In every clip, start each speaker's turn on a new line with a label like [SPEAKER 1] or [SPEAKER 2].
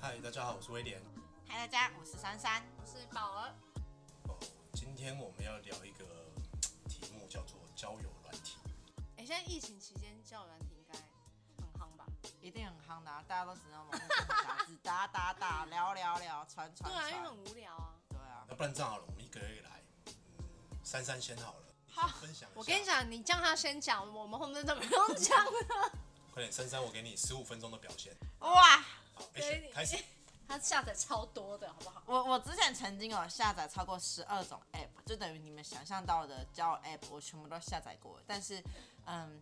[SPEAKER 1] 嗨，大家好，我是威廉。
[SPEAKER 2] 嗨，大家，我是珊珊。
[SPEAKER 3] 我是宝儿，
[SPEAKER 1] 哦，今天我们要聊一个嘖题目，叫做交友软体。
[SPEAKER 3] 哎、现在疫情期间交友软体应该很夯吧？
[SPEAKER 2] 一定很夯的、啊，大家都只能网络上打字，打打打，聊聊聊，传传
[SPEAKER 3] 对啊，因为
[SPEAKER 2] 传。
[SPEAKER 3] 很无聊啊。
[SPEAKER 2] 对啊，
[SPEAKER 1] 那不然这样好了，我们一个一个来。嗯，珊珊先好了，你先分享一下。
[SPEAKER 3] 我跟你，讲，你叫他先讲，我们后面都不用讲了。
[SPEAKER 1] 快点，珊珊，我给你十五分钟的表现。
[SPEAKER 2] 哇！
[SPEAKER 1] 好，
[SPEAKER 3] 对
[SPEAKER 1] action，开始。
[SPEAKER 3] 他下载超多的，好不好？
[SPEAKER 2] 我我之前曾经有下载超过十二种 app，就等于你们想象到的交友 app，我全部都下载过。但是，嗯，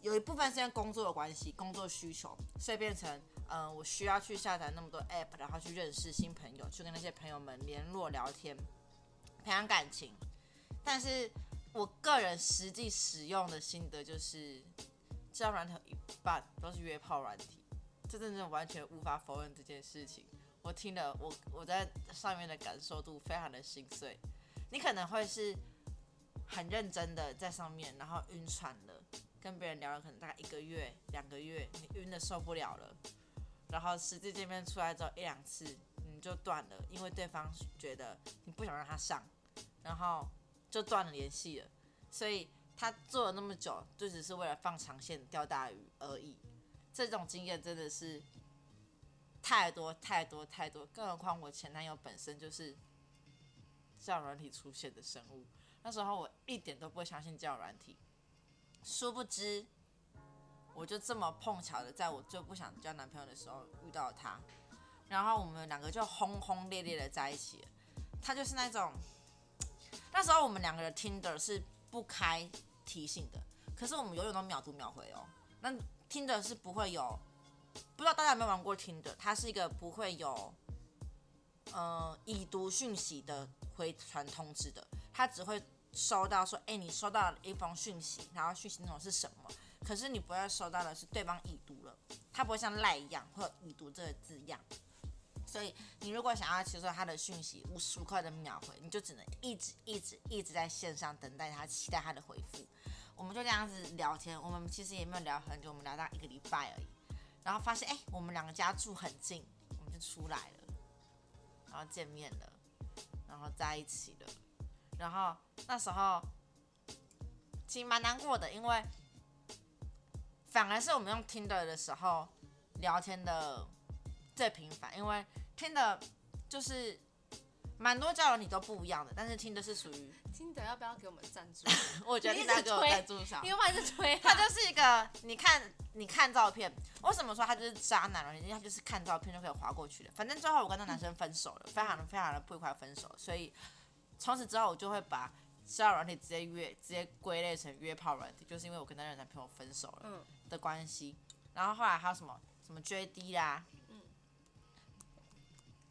[SPEAKER 2] 有一部分是因为工作的关系，工作需求，所以变成，嗯，我需要去下载那么多 app，然后去认识新朋友，去跟那些朋友们联络聊天，培养感情。但是我个人实际使用的心得就是，这张软体有一半都是约炮软体，这真的完全无法否认这件事情。我听了，我我在上面的感受度非常的心碎。你可能会是很认真的在上面，然后晕船了，跟别人聊了可能大概一个月、两个月，你晕的受不了了，然后实际见面出来之后一两次你就断了，因为对方觉得你不想让他上，然后就断了联系了。所以他做了那么久，就只是为了放长线钓大鱼而已。这种经验真的是太多太多太多，更何况我前男友本身就是交友软体出现的生物。那时候我一点都不相信交友软体，殊不知，我就这么碰巧的，在我最不想交男朋友的时候遇到了他，然后我们两个就轰轰烈烈的在一起了。他就是那种，那时候我们两个的 Tinder 是不开提醒的，可是我们永远都秒读秒回哦。那 Tinder 是不会有不知道大家有没有玩过 Tinder，它是一个不会有，呃，已读讯息的回传通知的，它只会收到说，哎、你收到了一封讯息，然后讯息内容是什么？可是你不会收到的是对方已读了，它不会像赖一样会有已读这个字样。所以你如果想要接受他的讯息，无时无刻的秒回，你就只能一直一直一直在线上等待他，期待他的回复。我们就这样子聊天，我们其实也没有聊很久，我们聊到一个礼拜而已。然后发现哎、我们两个家住很近，我们就出来了，然后见面了，然后在一起了，然后那时候其实蛮难过的，因为反而是我们用 Tinder 的时候聊天的最频繁，因为 Tinder 就是蛮多交友你都不一样的，但是 Tinder 是属于
[SPEAKER 3] 听得要不要给我们赞助？
[SPEAKER 2] 我觉得
[SPEAKER 3] 你一
[SPEAKER 2] Tinder
[SPEAKER 3] 直
[SPEAKER 2] 给我
[SPEAKER 3] 推
[SPEAKER 2] 赞助上
[SPEAKER 3] 你，又还是推啊
[SPEAKER 2] 他
[SPEAKER 3] 他就
[SPEAKER 2] 就是一个，你看你看照片，为什么说他就是渣男呢？人家就是看照片就可以划过去的。反正最后我跟那男生分手了，非常的非常的不愉快分手，所以从此之后我就会把交友软体直接约直接归类成约炮软体，就是因为我跟那个男朋友分手了
[SPEAKER 3] 嗯
[SPEAKER 2] 的关系。然后后来还有什么什么 JD 啦，
[SPEAKER 3] 嗯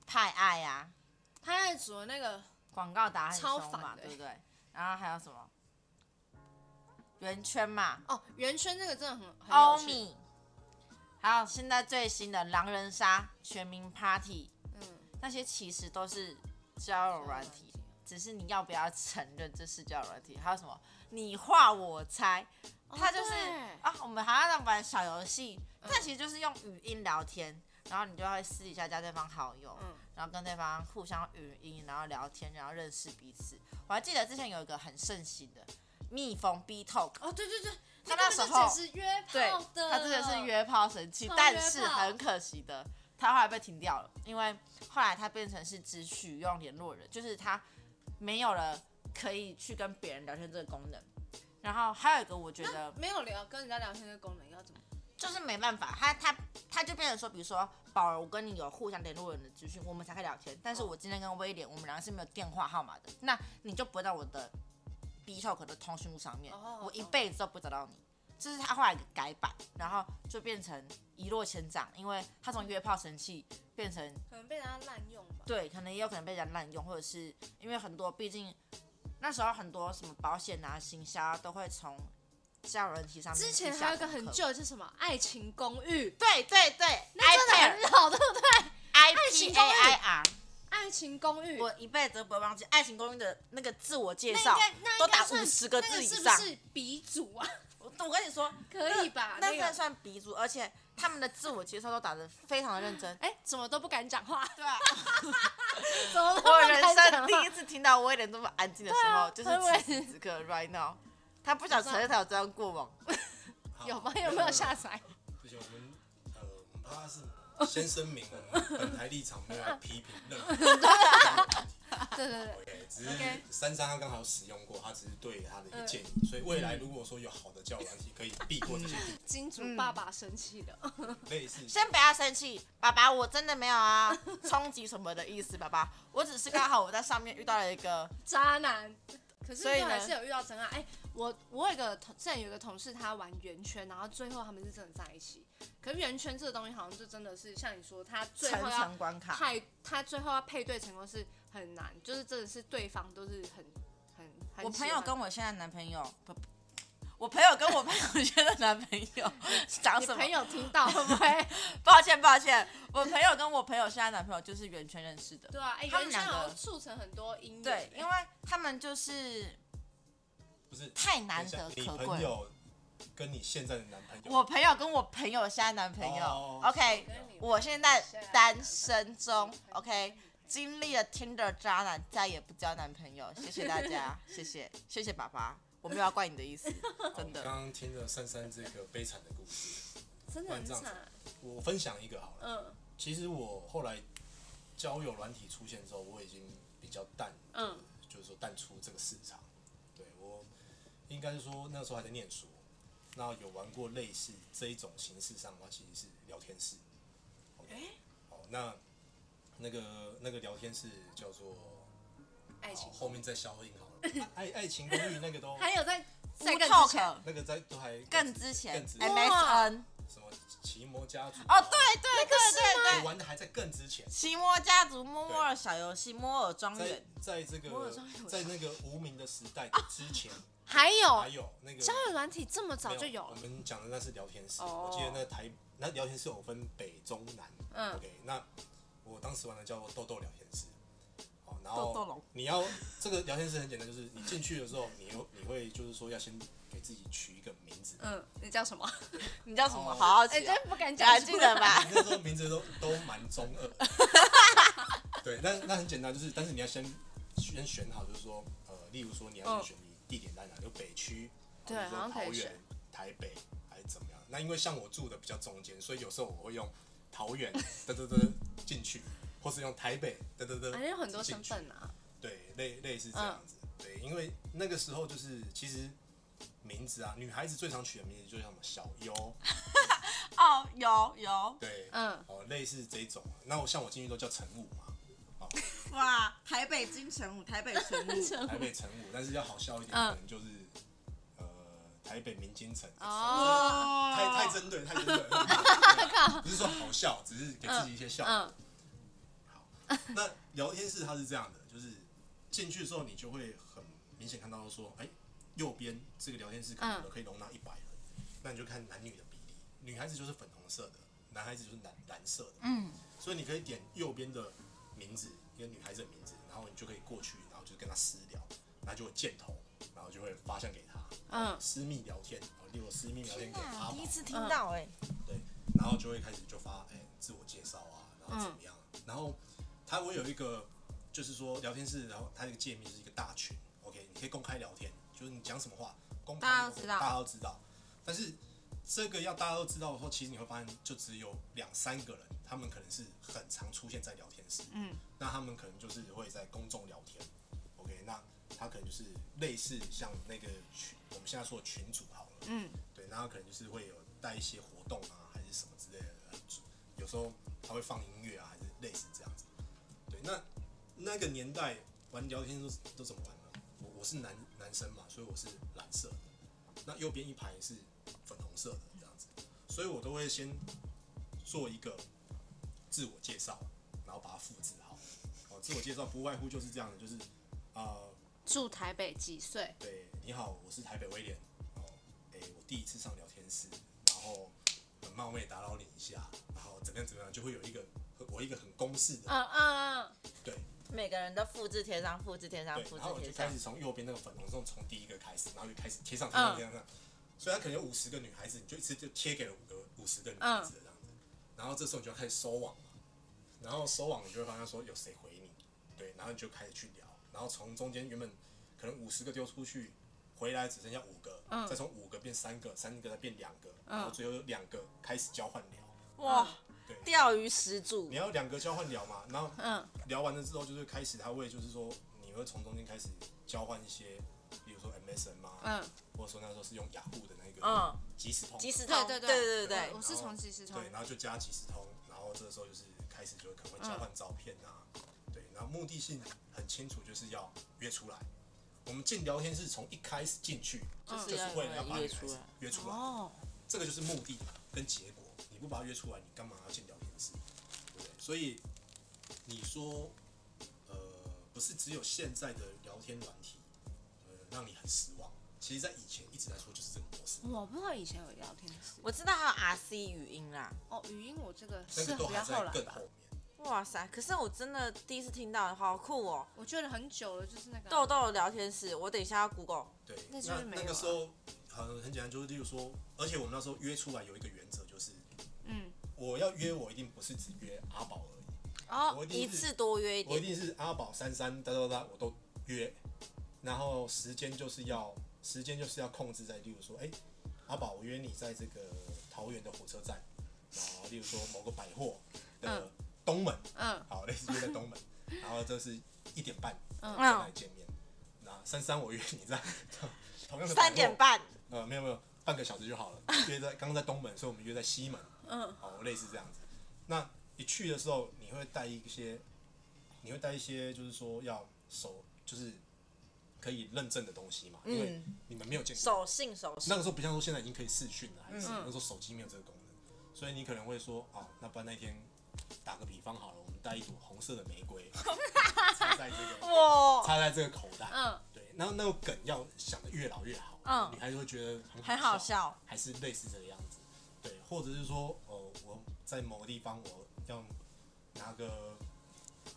[SPEAKER 2] 派爱呀、
[SPEAKER 3] 他在组的那个
[SPEAKER 2] 广告打很
[SPEAKER 3] 超
[SPEAKER 2] 凶
[SPEAKER 3] 烦
[SPEAKER 2] 嘛，
[SPEAKER 3] 的
[SPEAKER 2] 对不对？然后还有什么圆圈嘛，
[SPEAKER 3] 哦，圆圈那个真的很很
[SPEAKER 2] 欧
[SPEAKER 3] 有趣。
[SPEAKER 2] 米，还有现在最新的狼人杀、全民 Party，
[SPEAKER 3] 嗯，
[SPEAKER 2] 那些其实都是交友软体，只是你要不要承认这是交友软体？还有什么你画我猜，
[SPEAKER 3] 哦
[SPEAKER 2] 它就是、
[SPEAKER 3] 对嗯
[SPEAKER 2] 啊，我们还要玩小游戏，但其实就是用语音聊天，然后你就会私底下加对方好友，
[SPEAKER 3] 嗯
[SPEAKER 2] 然后跟对方互相语音，然后聊天，然后认识彼此。我还记得之前有一个很盛行的蜜蜂 B Talk，
[SPEAKER 3] 哦，对对对，
[SPEAKER 2] 他
[SPEAKER 3] 那
[SPEAKER 2] 那
[SPEAKER 3] 个
[SPEAKER 2] 时
[SPEAKER 3] 就
[SPEAKER 2] 候
[SPEAKER 3] 只是约
[SPEAKER 2] 对
[SPEAKER 3] 炮的，，啊
[SPEAKER 2] 他真的是约炮神器
[SPEAKER 3] 超，
[SPEAKER 2] 但
[SPEAKER 3] 约
[SPEAKER 2] 是
[SPEAKER 3] 炮
[SPEAKER 2] 很可惜的，他后来被停掉了，因为后来他变成是只取用联络人，就是他没有了可以去跟别人聊天这个功能。然后还有一个，我觉
[SPEAKER 3] 那
[SPEAKER 2] 得
[SPEAKER 3] 没有聊跟人家聊天的功能要怎么？
[SPEAKER 2] 就是没办法，他他他就变成说，比如说宝儿，我跟你有互相联络人的资讯，我们才可以聊天。
[SPEAKER 3] 哦
[SPEAKER 2] 但是我今天跟威廉，我们两个是没有电话号码的，那你就不会到我的 B Talk 的通讯录上面
[SPEAKER 3] 哦，
[SPEAKER 2] 我一辈子都不会找到你。这是他后来的改版，然后就变成一落千丈，因为他从约炮神器变成
[SPEAKER 3] 可能被人家滥用吧。
[SPEAKER 2] 对，可能也有可能被人家滥用，或者是因为很多，毕竟那时候很多什么保险啊、行销啊都会从交友软体上面
[SPEAKER 3] 之
[SPEAKER 2] 去
[SPEAKER 3] 前
[SPEAKER 2] 下
[SPEAKER 3] 还有一个
[SPEAKER 2] 功
[SPEAKER 3] 很
[SPEAKER 2] 课
[SPEAKER 3] 旧的，叫什么《爱情公寓》，
[SPEAKER 2] 对对对
[SPEAKER 3] 那真的
[SPEAKER 2] ，iPad
[SPEAKER 3] 很老，对不对？
[SPEAKER 2] I P
[SPEAKER 3] 情
[SPEAKER 2] A
[SPEAKER 3] 公寓
[SPEAKER 2] I R，
[SPEAKER 3] 爱情公寓，
[SPEAKER 2] 我一辈子都不会忘记《爱情公寓》的那个自我介
[SPEAKER 3] 那应
[SPEAKER 2] 绍
[SPEAKER 3] 该那
[SPEAKER 2] 都
[SPEAKER 3] 应该
[SPEAKER 2] 打
[SPEAKER 3] 算
[SPEAKER 2] 50个字以
[SPEAKER 3] 那
[SPEAKER 2] 上
[SPEAKER 3] 个是不是鼻祖啊？
[SPEAKER 2] 我。我跟你说，
[SPEAKER 3] 可以吧？那
[SPEAKER 2] 那真的
[SPEAKER 3] 个。
[SPEAKER 2] 算鼻祖，而且他们的自我介绍都打得非常的认真
[SPEAKER 3] 哎、怎么都不敢讲 话，
[SPEAKER 2] 对啊，
[SPEAKER 3] 怎么都不
[SPEAKER 2] 我人
[SPEAKER 3] 敢
[SPEAKER 2] 生
[SPEAKER 3] 讲
[SPEAKER 2] 第
[SPEAKER 3] 话
[SPEAKER 2] 一。次听到威廉这么安静的时
[SPEAKER 3] 对啊
[SPEAKER 2] 候， 就是
[SPEAKER 3] 我也
[SPEAKER 2] 此时此刻 right now，他不想承认他有这样过往。
[SPEAKER 1] 好
[SPEAKER 3] 有吗？有没有下 载？
[SPEAKER 1] 不行，我们呃，我们怕是先声明，我们本台立场没有要批评任 何人。
[SPEAKER 3] 对对对，
[SPEAKER 1] OK，只是
[SPEAKER 3] OK
[SPEAKER 1] 珊珊她刚好使用过，她只是对她的一个
[SPEAKER 3] 呃
[SPEAKER 1] 建议，所以未来如果说有好的教软体，可以避过这些地
[SPEAKER 3] 金主爸爸生气了，
[SPEAKER 2] 嗯
[SPEAKER 1] 类似。
[SPEAKER 2] 先不要生气，爸爸，我真的没有啊， 冲击什么的意思，爸爸，我只是刚好我在上面遇到了一个，
[SPEAKER 3] 渣男。可是
[SPEAKER 2] 所以
[SPEAKER 3] 就还
[SPEAKER 2] 呢
[SPEAKER 3] 是有遇到真爱。哎、我我有一个同，之前有一个同事，他玩圆圈，然后最后他们是真的在一起。可是圆圈这个东西好像就真的是像你说，他最后
[SPEAKER 2] 层
[SPEAKER 3] 要
[SPEAKER 2] 层关卡。
[SPEAKER 3] 派他最后要配对成功是很难，就是真的是对方都是很很很喜欢。
[SPEAKER 2] 我朋友跟我现在男朋友不，我朋友跟我朋友 现在男朋友讲
[SPEAKER 3] 你
[SPEAKER 2] 什
[SPEAKER 3] 朋
[SPEAKER 2] 么？
[SPEAKER 3] 友听到会不 会？
[SPEAKER 2] 抱歉抱歉，我朋友跟我朋友现在男朋友就是圆圈认识的。
[SPEAKER 3] 对啊，哎、
[SPEAKER 2] 他
[SPEAKER 3] 圆
[SPEAKER 2] 们
[SPEAKER 3] 圈
[SPEAKER 2] 两个
[SPEAKER 3] 好像促成很多姻缘、
[SPEAKER 2] 对，
[SPEAKER 3] 哎
[SPEAKER 2] 因为他们就是
[SPEAKER 1] 不是
[SPEAKER 2] 太难
[SPEAKER 1] 等
[SPEAKER 2] 得
[SPEAKER 1] 一下
[SPEAKER 2] 可
[SPEAKER 1] 你朋
[SPEAKER 2] 贵。
[SPEAKER 1] 友跟你现在的男朋友，
[SPEAKER 2] 我朋友跟我朋友现在男朋友、
[SPEAKER 1] 哦
[SPEAKER 2] o k
[SPEAKER 3] 哎跟你
[SPEAKER 2] 哎我现在单身中，OK，经历了 Tinder 渣男，再也不交男朋友，谢谢大家，谢谢谢谢爸爸，我没有要怪你的 意思，
[SPEAKER 1] 好
[SPEAKER 2] 真
[SPEAKER 1] 我
[SPEAKER 2] 的。
[SPEAKER 1] 刚刚听了珊珊这个悲惨的故事，
[SPEAKER 3] 真的很惨。
[SPEAKER 1] 我分享一个好了。
[SPEAKER 3] 嗯
[SPEAKER 1] 其实我后来交友软体出现之后，我已经比较淡，
[SPEAKER 3] 嗯，
[SPEAKER 1] 就是说淡出这个市场。对我应该是说那时候还在念书，那有玩过类似这一种形式上的话，其实是聊天室。OK，、好，
[SPEAKER 2] 哎
[SPEAKER 1] 那那个那个聊天室叫做
[SPEAKER 3] 爱
[SPEAKER 1] 好
[SPEAKER 3] 情
[SPEAKER 1] 后面再消音好 了，爱爱情公寓那个都
[SPEAKER 3] 还有在在
[SPEAKER 2] 不
[SPEAKER 3] 更之前
[SPEAKER 2] talk
[SPEAKER 1] 那个在都还
[SPEAKER 2] 更之前
[SPEAKER 1] 更之前
[SPEAKER 2] MSN
[SPEAKER 1] 什么奇摩家族
[SPEAKER 2] 哦，对对对对对，
[SPEAKER 1] 我玩的还在更之前。
[SPEAKER 2] 奇摩家族、摸摸尔小游戏、摸尔庄
[SPEAKER 1] 在
[SPEAKER 2] 园，
[SPEAKER 1] 在这
[SPEAKER 3] 摩尔
[SPEAKER 1] 个
[SPEAKER 3] 庄园
[SPEAKER 1] 在那个无名的时代
[SPEAKER 2] 啊
[SPEAKER 1] 之前，
[SPEAKER 3] 还有
[SPEAKER 2] 哦
[SPEAKER 1] 还有那个
[SPEAKER 3] 交友软体这
[SPEAKER 1] 没
[SPEAKER 3] 么早就有
[SPEAKER 1] 我
[SPEAKER 3] 了，
[SPEAKER 1] 们讲的那是聊天室，
[SPEAKER 3] 哦
[SPEAKER 1] 我记得那台那聊天室有分北中南。
[SPEAKER 3] 嗯
[SPEAKER 1] OK，那我当时玩的叫做豆豆聊天室。好，然
[SPEAKER 2] 豆豆龙
[SPEAKER 1] 后你要这个聊天室很简单，就是你进去的时候，你有你会就是说要先给自己取一个名字。
[SPEAKER 3] 嗯，你叫什么？
[SPEAKER 2] 你叫什么？
[SPEAKER 1] 哦
[SPEAKER 2] 好好
[SPEAKER 3] 哎、
[SPEAKER 2] 奇哦，
[SPEAKER 3] 真不敢
[SPEAKER 2] 你
[SPEAKER 3] 讲
[SPEAKER 2] 还
[SPEAKER 3] 出
[SPEAKER 2] 记
[SPEAKER 3] 来
[SPEAKER 2] 得？吧？
[SPEAKER 1] 那时候名字都都蛮中二。对，那那很简单，就是但是你要先先选好，就是说呃，例如说你要先选你地点在哪，有北区，
[SPEAKER 3] 嗯
[SPEAKER 1] 哦
[SPEAKER 3] 对
[SPEAKER 1] 或者说
[SPEAKER 3] 好像可以
[SPEAKER 1] 桃
[SPEAKER 3] 选
[SPEAKER 1] 园、台北还是怎么样？那因为像我住的比较中间，所以有时候我会用桃 园噔噔噔进去，或是用台北噔噔噔，
[SPEAKER 3] 反正有很多身
[SPEAKER 1] 进去
[SPEAKER 3] 份啊，
[SPEAKER 1] 对，类类似这样子。对，因为那个时候就是其实名字啊，女孩子最常取的名字就像什么小优，
[SPEAKER 2] 哦，有有，
[SPEAKER 1] 对，
[SPEAKER 3] 嗯，
[SPEAKER 1] 哦，类似这种啊。那我像我进去都叫陈武嘛，哦，
[SPEAKER 2] 哇，台北金城武，台北神武，
[SPEAKER 1] 台北陈武，但是要好笑一点，
[SPEAKER 3] 嗯
[SPEAKER 1] 可能就是呃台北明金城。
[SPEAKER 3] 哦
[SPEAKER 1] 太太
[SPEAKER 2] 哦，
[SPEAKER 1] 针对，太针对 了，不是说好笑，只是给自己一些笑。
[SPEAKER 3] 嗯，
[SPEAKER 1] 那聊天室它是这样的，就是进去的时候你就会很明显看到说，哎、右边这个聊天室可能
[SPEAKER 3] 嗯
[SPEAKER 1] 可以容纳一百人，那你就看男女的比例，女孩子就是粉红色的，男孩子就是蓝蓝色的，
[SPEAKER 2] 嗯，
[SPEAKER 1] 所以你可以点右边的名字，一个女孩子的名字，然后你就可以过去，然后就跟她私聊，然后就会箭头，然后就会发向给她，
[SPEAKER 3] 嗯
[SPEAKER 1] 私密聊天，然后例如私密聊天给她吧
[SPEAKER 2] 第一次听到哎，
[SPEAKER 1] 对，然后就会开始就发哎、自我介绍啊，然后怎么样，
[SPEAKER 2] 嗯
[SPEAKER 1] 然后它会有一个就是说聊天室，然后它这个界面是一个大群，OK，你可以公开聊天，就是你讲什么话，公开
[SPEAKER 2] 大家
[SPEAKER 1] 聊
[SPEAKER 2] 都
[SPEAKER 1] 天
[SPEAKER 2] 知道
[SPEAKER 1] 大家都知道，但是这个要大家都知道的话，其实你会发现就只有两三个人，他们可能是很常出现在聊天室，
[SPEAKER 3] 嗯，
[SPEAKER 1] 那他们可能就是会在公众聊天，OK，那他可能就是类似像那个群，我们现在说的群主好了，
[SPEAKER 3] 嗯，
[SPEAKER 1] 对，那他可能就是会有带一些活动啊，还是什么之类的，呃有时候他会放音乐啊，还是类似这样子，对，那那个年代玩聊天都是都怎么玩呢？我我是男男生嘛，所以我是蓝色的，那右边一排是粉红色的这样子，所以我都会先做一个自我介绍，然后把它复制好。哦，自我介绍不外乎就是这样的，就是呃，
[SPEAKER 3] 住台北几岁？
[SPEAKER 1] 对，你好，我是台北威廉。哦，诶，我第一次上聊天室，然后很冒昧打扰你一下，然后怎么样怎么样，就会有一个我一个很公式的，
[SPEAKER 3] 嗯嗯
[SPEAKER 1] 对，
[SPEAKER 2] 每个人都复制贴上，复制贴上，
[SPEAKER 1] 对，
[SPEAKER 2] 复
[SPEAKER 1] 然
[SPEAKER 2] 制
[SPEAKER 1] 后我
[SPEAKER 2] 贴
[SPEAKER 1] 就开
[SPEAKER 2] 上，
[SPEAKER 1] 始从右边那个粉红色从第一个开始，然后就开
[SPEAKER 3] 嗯嗯
[SPEAKER 1] 始贴上贴上贴上贴上，所以他可能有五十个女孩子，你就一次就贴给了五个五十个女孩子这样子。然后这时候你就要开始收网嘛，然后收网你就会发现说有谁回你，对，然后你就开始去聊，然后从中间原本可能五十个丢出去，回来只剩下五个，
[SPEAKER 3] 嗯
[SPEAKER 1] 再从五个变三个，三个再变两个，
[SPEAKER 3] 嗯
[SPEAKER 1] 然后最后两个开始交换聊，
[SPEAKER 2] 哇
[SPEAKER 1] 对，
[SPEAKER 2] 钓鱼始祖
[SPEAKER 1] 你，要两个交换聊嘛，然后
[SPEAKER 3] 嗯，
[SPEAKER 1] 聊完了之后，就是开始他会就是说，你会从中间开始交换一些，比如说 MSN 嘛，
[SPEAKER 3] 嗯，
[SPEAKER 1] 或者说那时候是用雅虎的那个
[SPEAKER 2] 嗯，
[SPEAKER 1] 即时通，
[SPEAKER 2] 即时
[SPEAKER 3] 对
[SPEAKER 2] 通，
[SPEAKER 3] 对
[SPEAKER 2] 对
[SPEAKER 3] 对
[SPEAKER 2] 对对
[SPEAKER 3] 我我是从即时通
[SPEAKER 1] 对，，然后就加即时通，然后这个时候就是开始就会可能会交换照片啊，对，然后目的性很清楚，就是要约出来。我们进聊天室从一开始进去，
[SPEAKER 3] 嗯
[SPEAKER 1] 就是为了要把
[SPEAKER 2] 约
[SPEAKER 1] 女
[SPEAKER 2] 出
[SPEAKER 1] 孩
[SPEAKER 2] 来
[SPEAKER 1] 子约出来，
[SPEAKER 2] 哦，
[SPEAKER 1] 这个就是目的跟结果。你不把他约出来，你干嘛要进聊天室？对不对？所以你说，呃，不是只有现在的聊天软体，呃，让你很失望。其实，在以前一直来说就是这个模式，
[SPEAKER 3] 我不知道以前有聊天室
[SPEAKER 2] 我知道还有 R C 语音啦，
[SPEAKER 3] 哦，语音我这个
[SPEAKER 1] 那
[SPEAKER 3] 是
[SPEAKER 1] 个都
[SPEAKER 3] 比
[SPEAKER 1] 还
[SPEAKER 3] 较
[SPEAKER 1] 在
[SPEAKER 3] 后来
[SPEAKER 1] 更
[SPEAKER 3] 吧
[SPEAKER 1] 后，面。
[SPEAKER 2] 哇塞！可是我真的第一次听到，好酷哦！
[SPEAKER 3] 我觉得很久了，就是那个
[SPEAKER 2] 豆豆的聊天室，我等一下要 Google。
[SPEAKER 1] 对，
[SPEAKER 3] 那
[SPEAKER 1] 那
[SPEAKER 3] 就是没有
[SPEAKER 1] 那个
[SPEAKER 3] 啊
[SPEAKER 1] 时候很很简单，就是例如说，而且我们那时候约出来有一个原则，就是
[SPEAKER 3] 嗯，
[SPEAKER 1] 我要约我一定不是只约阿宝而已，
[SPEAKER 3] 哦，
[SPEAKER 1] 我一
[SPEAKER 2] 一
[SPEAKER 1] 定是
[SPEAKER 2] 次多约一
[SPEAKER 1] 我一
[SPEAKER 2] 点，
[SPEAKER 1] 定是阿宝三三哒哒哒我都约，然后时间就是要时间就是要控制在，例如说，哎、阿宝我约你在这个桃园的火车站，然后例如说某个百货的东门，
[SPEAKER 3] 嗯
[SPEAKER 1] 好，类似约在东门，然后这是一点半再
[SPEAKER 2] 嗯
[SPEAKER 1] 来，见面，那三三我约你在 同样的百货
[SPEAKER 2] 三点半，
[SPEAKER 1] 呃，没有没有，半个小时就好了。约在刚刚在东门，所以我们约在西门，
[SPEAKER 3] 嗯，
[SPEAKER 1] 哦，类似这样子。那一去的时候，你会带一些，你会带一些，就是说要手，就是可以认证的东西嘛，因为
[SPEAKER 2] 嗯，
[SPEAKER 1] 你们没有见过。
[SPEAKER 2] 手信手
[SPEAKER 1] 那
[SPEAKER 2] 信，
[SPEAKER 1] 个时候不像说现在已经可以视讯了，还是什么
[SPEAKER 3] 嗯
[SPEAKER 1] 那时候手机没有这个功能，所以你可能会说，哦，那不然那天打个比方好了，我们带一朵红色的玫瑰，插在这个
[SPEAKER 2] 哇，
[SPEAKER 1] 插在这个口袋，
[SPEAKER 3] 嗯，
[SPEAKER 1] 对，然后那个梗要想的越老越好，
[SPEAKER 2] 嗯
[SPEAKER 1] 女孩子会觉得很
[SPEAKER 2] 很好笑，
[SPEAKER 1] 还是类似这个样子，对，或者是说，哦，我在某个地方我要拿个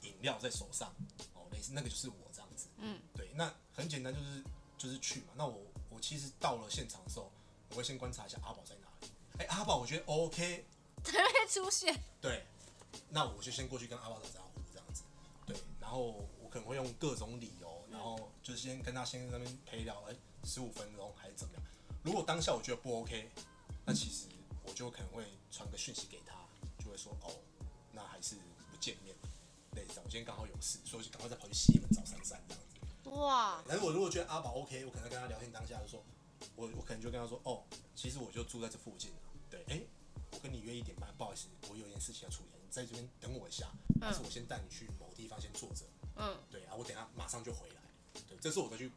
[SPEAKER 1] 饮料在手上，哦，类似那个就是我这样子，
[SPEAKER 3] 嗯，
[SPEAKER 1] 对，那很简单，就是就是去嘛。那我我其实到了现场的时候，我会先观察一下阿宝在哪里，哎、阿宝我觉得 OK，
[SPEAKER 3] 才会出现，
[SPEAKER 1] 对，那我就先过去跟阿宝打招呼这样子，对，然后我可能会用各种理由，然后就先跟他先在那边陪聊，哎、1十五分钟还是怎么样？如果当下我觉得不 OK，那其实我就可能会传个讯息给他，就会说哦，那还是不见面，类似这样。我今天刚好有事，所以我就赶快再跑去西门找珊珊这样子。
[SPEAKER 3] 哇，
[SPEAKER 1] 但是我如果觉得阿宝 OK，我可能跟他聊天当下就说，我我可能就跟他说，哦，其实我就住在这附近啊对，哎、我跟你约一点半，不好意思，我有点事情要处理，你在这边等我一下，还是我先带你去某地方先坐着？
[SPEAKER 3] 嗯，
[SPEAKER 1] 对啊，我等一下马上就回来。对，这次我再去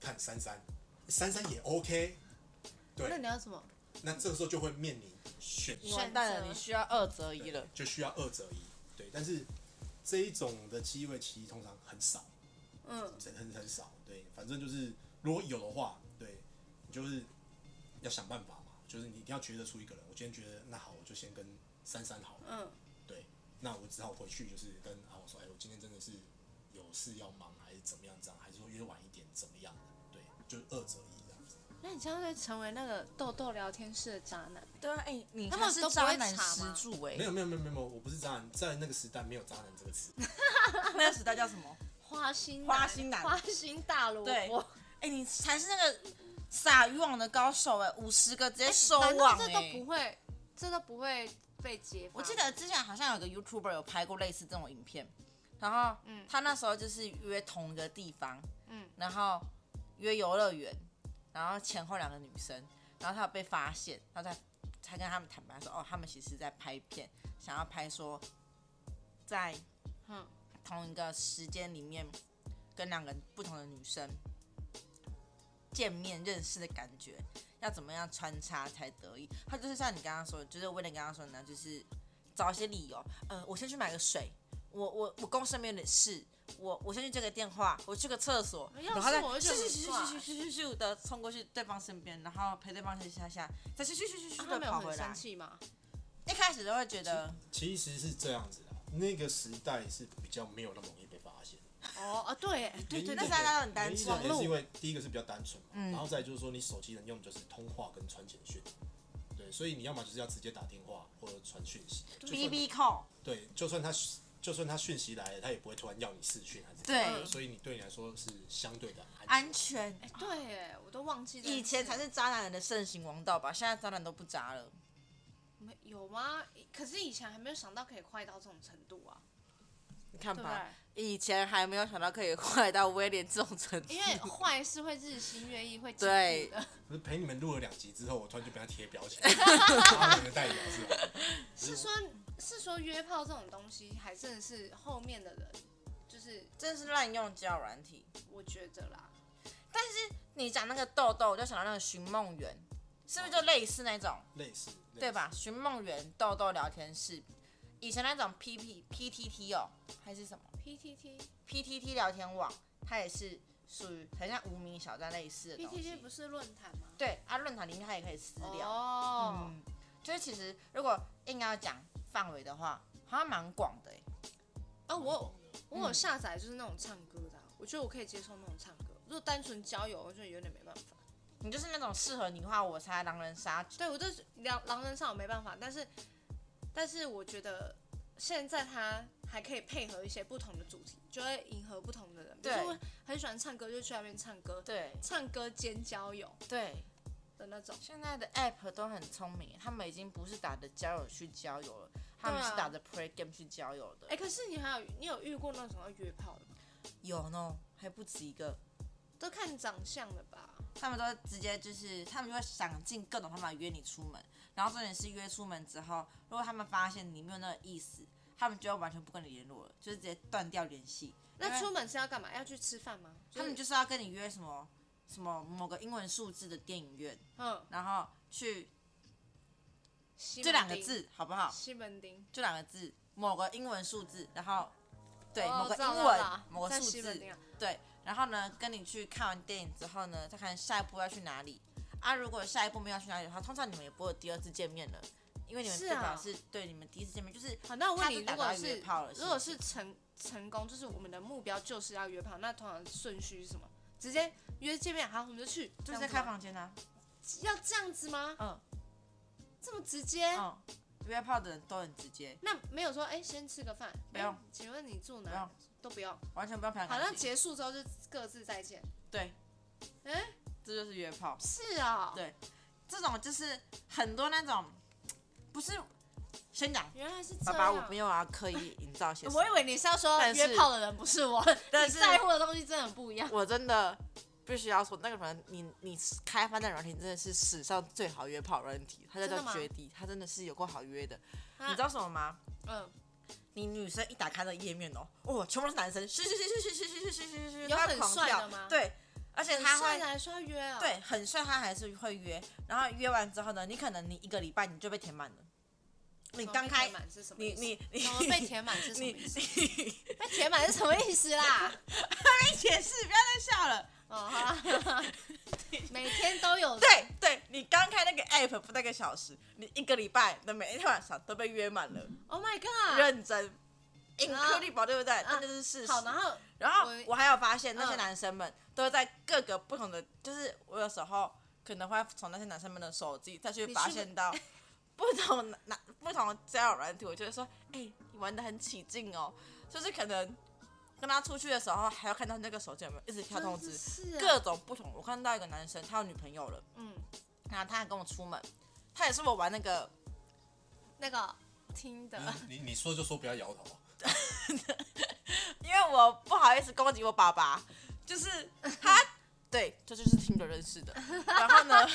[SPEAKER 1] 看珊珊，珊珊也 OK。
[SPEAKER 3] 那
[SPEAKER 1] 对，
[SPEAKER 3] 你要什么？
[SPEAKER 1] 那这个时候就会面临选
[SPEAKER 2] 你完蛋了，你需要二择一了。
[SPEAKER 1] 就需要二择一。对，但是这一种的机会其实通常很少。
[SPEAKER 3] 嗯，
[SPEAKER 1] 很很很少，对，反正就是如果有的话，对，你就是要想办法嘛，就是你一定要抉择出一个人。我今天觉得那好，我就先跟珊珊好了，
[SPEAKER 3] 嗯，
[SPEAKER 1] 对，那我只好回去就是跟阿宝说，哎，我今天真的是有事要忙，还是怎么样这样，还是说约晚一点怎么样的，对，就是二择一这样子。
[SPEAKER 3] 那你将会成为那个豆豆聊天室的渣男，
[SPEAKER 2] 对啊，哎，你
[SPEAKER 3] 他们
[SPEAKER 2] 是
[SPEAKER 3] 都不
[SPEAKER 2] 渣
[SPEAKER 3] 会
[SPEAKER 2] 男
[SPEAKER 3] 查
[SPEAKER 2] 始
[SPEAKER 3] 吗
[SPEAKER 2] 祖哎
[SPEAKER 1] 没，有没有没有没有，我不是渣男，在那个时代没有渣男这个词，
[SPEAKER 2] 那个时代叫什么？
[SPEAKER 3] 花心
[SPEAKER 2] 花心男
[SPEAKER 3] 花心大萝
[SPEAKER 2] 对
[SPEAKER 3] 卜，
[SPEAKER 2] 哎，你才是那个撒渔网的高手哎，五十个直接收
[SPEAKER 3] 难道
[SPEAKER 2] 网
[SPEAKER 3] 这都不
[SPEAKER 2] 哎。
[SPEAKER 3] 会，这都不会被揭发？
[SPEAKER 2] 我记得之前好像有个 YouTuber 有拍过类似这种影片，然后
[SPEAKER 3] 嗯
[SPEAKER 2] 他那时候就是约同一个地方，
[SPEAKER 3] 嗯
[SPEAKER 2] 然后约游乐园，然后前后两个女生，然后他有被发现，他在才跟他们坦白说，哦，他们其实在拍片，想要拍说在
[SPEAKER 3] 嗯
[SPEAKER 2] 同一个时间里面跟两个不同的女生见面认识的感觉，要怎么样穿插才得以？他就是像你刚刚说的，就是威廉刚刚说的那样，就是找一些理由，呃，我先去买个水，我我我公司没有点事。我我先去接个电话，我去个厕所，
[SPEAKER 3] 要
[SPEAKER 2] 然后再
[SPEAKER 3] 是我会觉
[SPEAKER 2] 咻
[SPEAKER 3] 得
[SPEAKER 2] 咻
[SPEAKER 3] 很
[SPEAKER 2] 咻
[SPEAKER 3] 怪
[SPEAKER 2] 咻咻咻咻咻的冲过去对方身边，然后陪对方去下下，再咻咻咻咻
[SPEAKER 3] 啊
[SPEAKER 2] 咻
[SPEAKER 3] 他
[SPEAKER 2] 的
[SPEAKER 3] 没有
[SPEAKER 2] 跑
[SPEAKER 3] 很
[SPEAKER 2] 回来
[SPEAKER 3] 生。气吗？
[SPEAKER 2] 一开始都会觉得，
[SPEAKER 1] 其实是这样子的，那个时代是比较没有那么容易被发现。
[SPEAKER 3] 哦啊，对耶，
[SPEAKER 1] 对
[SPEAKER 2] 对那现在大家很单纯
[SPEAKER 1] 原因是
[SPEAKER 2] 网络
[SPEAKER 1] 因为第一个是比较单纯嘛，
[SPEAKER 2] 嗯
[SPEAKER 1] 然后再就是说你手机能用就是通话跟传简讯，对，所以你要么就是要直接打电话或者传讯息，就算
[SPEAKER 2] B B 扣，
[SPEAKER 1] 对，就算他就算他讯息来了，他也不会突然要你视讯还是
[SPEAKER 2] 对
[SPEAKER 1] 干嘛所以你对你来说是相对的安全。
[SPEAKER 2] 安全。
[SPEAKER 3] 哎、对耶，我都忘记这件事
[SPEAKER 2] 以前才是渣男人的盛行王道吧，现在渣男都不渣了。
[SPEAKER 3] 没有吗？可是以前还没有想到可以快到这种程度啊，
[SPEAKER 2] 你看
[SPEAKER 3] 对不
[SPEAKER 2] 吧，
[SPEAKER 3] 对？
[SPEAKER 2] 以前还没有想到可以坏到威廉这种程度
[SPEAKER 3] 因。为坏事会日新月异，会进
[SPEAKER 2] 对
[SPEAKER 3] 步 的。
[SPEAKER 1] 可是陪你们录了两集之后，我突然就被他贴标签，他们的代表是吧？
[SPEAKER 3] 是说，是说约炮这种东西，还真的是后面的人，就是
[SPEAKER 2] 真是滥用交友软体。
[SPEAKER 3] 我觉得啦，
[SPEAKER 2] 你讲那个豆豆，我就想到那个寻梦园，是不是就类似那种，
[SPEAKER 1] 类似类似
[SPEAKER 2] 哦对吧？寻梦园豆豆聊天室，以前那种 P P P T T 哦，还是什么
[SPEAKER 3] PTT
[SPEAKER 2] P T T 聊天网，它也是属于很像无名小站类似的东
[SPEAKER 3] PTT
[SPEAKER 2] 西
[SPEAKER 3] 不。是论坛吗？
[SPEAKER 2] 对啊，论坛里面它也可以私聊。
[SPEAKER 3] 哦，
[SPEAKER 2] 嗯，就是其实如果硬要讲范围的话，好像蛮广的欸
[SPEAKER 3] 啊，我我有
[SPEAKER 2] 嗯
[SPEAKER 3] 下载就是那种唱歌的啊、我觉得我可以接受那种唱歌。如果单纯交友，我觉得有点没办法。
[SPEAKER 2] 你就是那种适合你的话，我才狼人杀。
[SPEAKER 3] 对我就是狼狼人杀我没办法，但是但是我觉得现在它还可以配合一些不同的主题，就会迎合不同的人。比如说
[SPEAKER 2] 对
[SPEAKER 3] 我很喜欢唱歌，就去那边唱歌，
[SPEAKER 2] 对
[SPEAKER 3] 唱歌兼交友
[SPEAKER 2] 对，
[SPEAKER 3] 的那种。
[SPEAKER 2] 现在的 app 都很聪明，欸他们已经不是打着交友去交友了，他们
[SPEAKER 3] 对啊
[SPEAKER 2] 是打着 play game 去交友的。
[SPEAKER 3] 哎、可是你还有你有遇过那种要约炮的吗？
[SPEAKER 2] 有呢，还不止一个。
[SPEAKER 3] 都看长相的吧？
[SPEAKER 2] 他们都直接就是，他们就会想尽各种方法约你出门，然后重点是约出门之后，如果他们发现你没有那个意思，他们就会完全不跟你联络了，就是直接断掉联系。
[SPEAKER 3] 那出门是要干嘛？要去吃饭吗？
[SPEAKER 2] 哎他们
[SPEAKER 3] 就
[SPEAKER 2] 就是要跟你约什么什么某个英文数字的电影院，
[SPEAKER 3] 嗯，
[SPEAKER 2] 然后去
[SPEAKER 3] 西门
[SPEAKER 2] 就两个
[SPEAKER 3] 町，
[SPEAKER 2] 字好不好？
[SPEAKER 3] 西门町。
[SPEAKER 2] 就两个字，某个英文数字，然后对、
[SPEAKER 3] 哦
[SPEAKER 2] 某个
[SPEAKER 3] 知道
[SPEAKER 2] 英
[SPEAKER 3] 了
[SPEAKER 2] 文
[SPEAKER 3] 啦
[SPEAKER 2] 某个
[SPEAKER 3] 在
[SPEAKER 2] 数
[SPEAKER 3] 西门
[SPEAKER 2] 字
[SPEAKER 3] 町啊
[SPEAKER 2] 对，然后呢跟你去看完电影之后呢，再看下一步要去哪里啊？如果下一步没有去哪里的话，通常你们也不会有第二次见面了，因为你们
[SPEAKER 3] 是
[SPEAKER 2] 最
[SPEAKER 3] 啊
[SPEAKER 2] 表示对你们第一次见面就是
[SPEAKER 3] 好，那我问你，如
[SPEAKER 2] 他就打
[SPEAKER 3] 果
[SPEAKER 2] 到约
[SPEAKER 3] 是
[SPEAKER 2] 炮了
[SPEAKER 3] 如果
[SPEAKER 2] 是
[SPEAKER 3] 是成成功，就是我们的目标就是要约炮，那通常顺序是什么？直接约见面，好，我们就去，这
[SPEAKER 2] 就是
[SPEAKER 3] 样
[SPEAKER 2] 在
[SPEAKER 3] 子
[SPEAKER 2] 开
[SPEAKER 3] 吗，
[SPEAKER 2] 房间啊，
[SPEAKER 3] 要这样子吗？
[SPEAKER 2] 嗯
[SPEAKER 3] 这么直接？
[SPEAKER 2] 嗯，约炮的人都很直接，
[SPEAKER 3] 那没有说，哎，先吃个饭，
[SPEAKER 2] 不用
[SPEAKER 3] 哎请问你住
[SPEAKER 2] 不
[SPEAKER 3] 哪
[SPEAKER 2] 用？
[SPEAKER 3] 都不用。
[SPEAKER 2] 完全不用培养
[SPEAKER 3] 好，那
[SPEAKER 2] 感情，
[SPEAKER 3] 结束之后就各自再见。
[SPEAKER 2] 对，
[SPEAKER 3] 哎，
[SPEAKER 2] 这就是约炮。
[SPEAKER 3] 是啊，
[SPEAKER 2] 对这种就是很多那种不是先讲
[SPEAKER 3] 原来是这样。
[SPEAKER 2] 爸爸，我没有要刻意营造些什么
[SPEAKER 3] 我以为你是要说
[SPEAKER 2] 但是
[SPEAKER 3] 约炮的人不是我，
[SPEAKER 2] 但
[SPEAKER 3] 你
[SPEAKER 2] 是
[SPEAKER 3] 在乎的东西真的很不一样。
[SPEAKER 2] 我真的必须要说，那个软你你开发的软体真的是史上最好约炮软体，它
[SPEAKER 3] 真
[SPEAKER 2] 叫
[SPEAKER 3] 的吗
[SPEAKER 2] 做绝地，它真的是有够好约的。
[SPEAKER 3] 啊
[SPEAKER 2] 你知道什么吗？
[SPEAKER 3] 嗯，
[SPEAKER 2] 你女生一打开的页面哦，哦，全部都是男生，是是是是是是是是是是，
[SPEAKER 3] 嗯有
[SPEAKER 2] 他
[SPEAKER 3] 很
[SPEAKER 2] 狂
[SPEAKER 3] 帅
[SPEAKER 2] 跳
[SPEAKER 3] 的吗
[SPEAKER 2] 对，而且
[SPEAKER 3] 他
[SPEAKER 2] 他
[SPEAKER 3] 会
[SPEAKER 2] 会
[SPEAKER 3] 来说要约啊，，
[SPEAKER 2] 对很帅，他还是会约。然后约完之后呢，你可能你一个礼拜你就被填满了，你刚开
[SPEAKER 3] 满是什么
[SPEAKER 2] 你
[SPEAKER 3] 意思？
[SPEAKER 2] 你你
[SPEAKER 3] 怎么被 填满是什么
[SPEAKER 2] 你
[SPEAKER 3] 意思？
[SPEAKER 2] 你
[SPEAKER 3] 被填满是什么意思啦？
[SPEAKER 2] 解释，不要再笑了。
[SPEAKER 3] 哦，好 啦，每天都有
[SPEAKER 2] 对对，你刚开那个 app 不到一个小时，你一个礼拜的每一天晚上都被约满了，
[SPEAKER 3] ，Oh my god，
[SPEAKER 2] 认真。incredible 对不对？那就是事实
[SPEAKER 3] 好，。然后
[SPEAKER 2] 啊然后
[SPEAKER 3] 我
[SPEAKER 2] 我还有发现，那些
[SPEAKER 3] 嗯
[SPEAKER 2] 男生们都在各个不同的，就是我有时候可能会从那些男生们的手机再去
[SPEAKER 3] 你
[SPEAKER 2] 发
[SPEAKER 3] 是不
[SPEAKER 2] 现到 不同的男不同的交友软体，我就会说，哎、你玩的很起劲哦。就是可能跟他出去的时候，还要看到那个手机有没有一直跳通知，
[SPEAKER 3] 是
[SPEAKER 2] 各种不同。我看到一个男生，他有女朋友了。
[SPEAKER 3] 啊嗯
[SPEAKER 2] 然后他还跟我出门，他也是我玩那个，
[SPEAKER 3] 那个听
[SPEAKER 2] 嗯
[SPEAKER 3] 的，
[SPEAKER 1] 你你你说就说，不要摇头。啊
[SPEAKER 2] 因为我不好意思攻击我爸爸，就是他，对，这就是听着认识的。然后呢，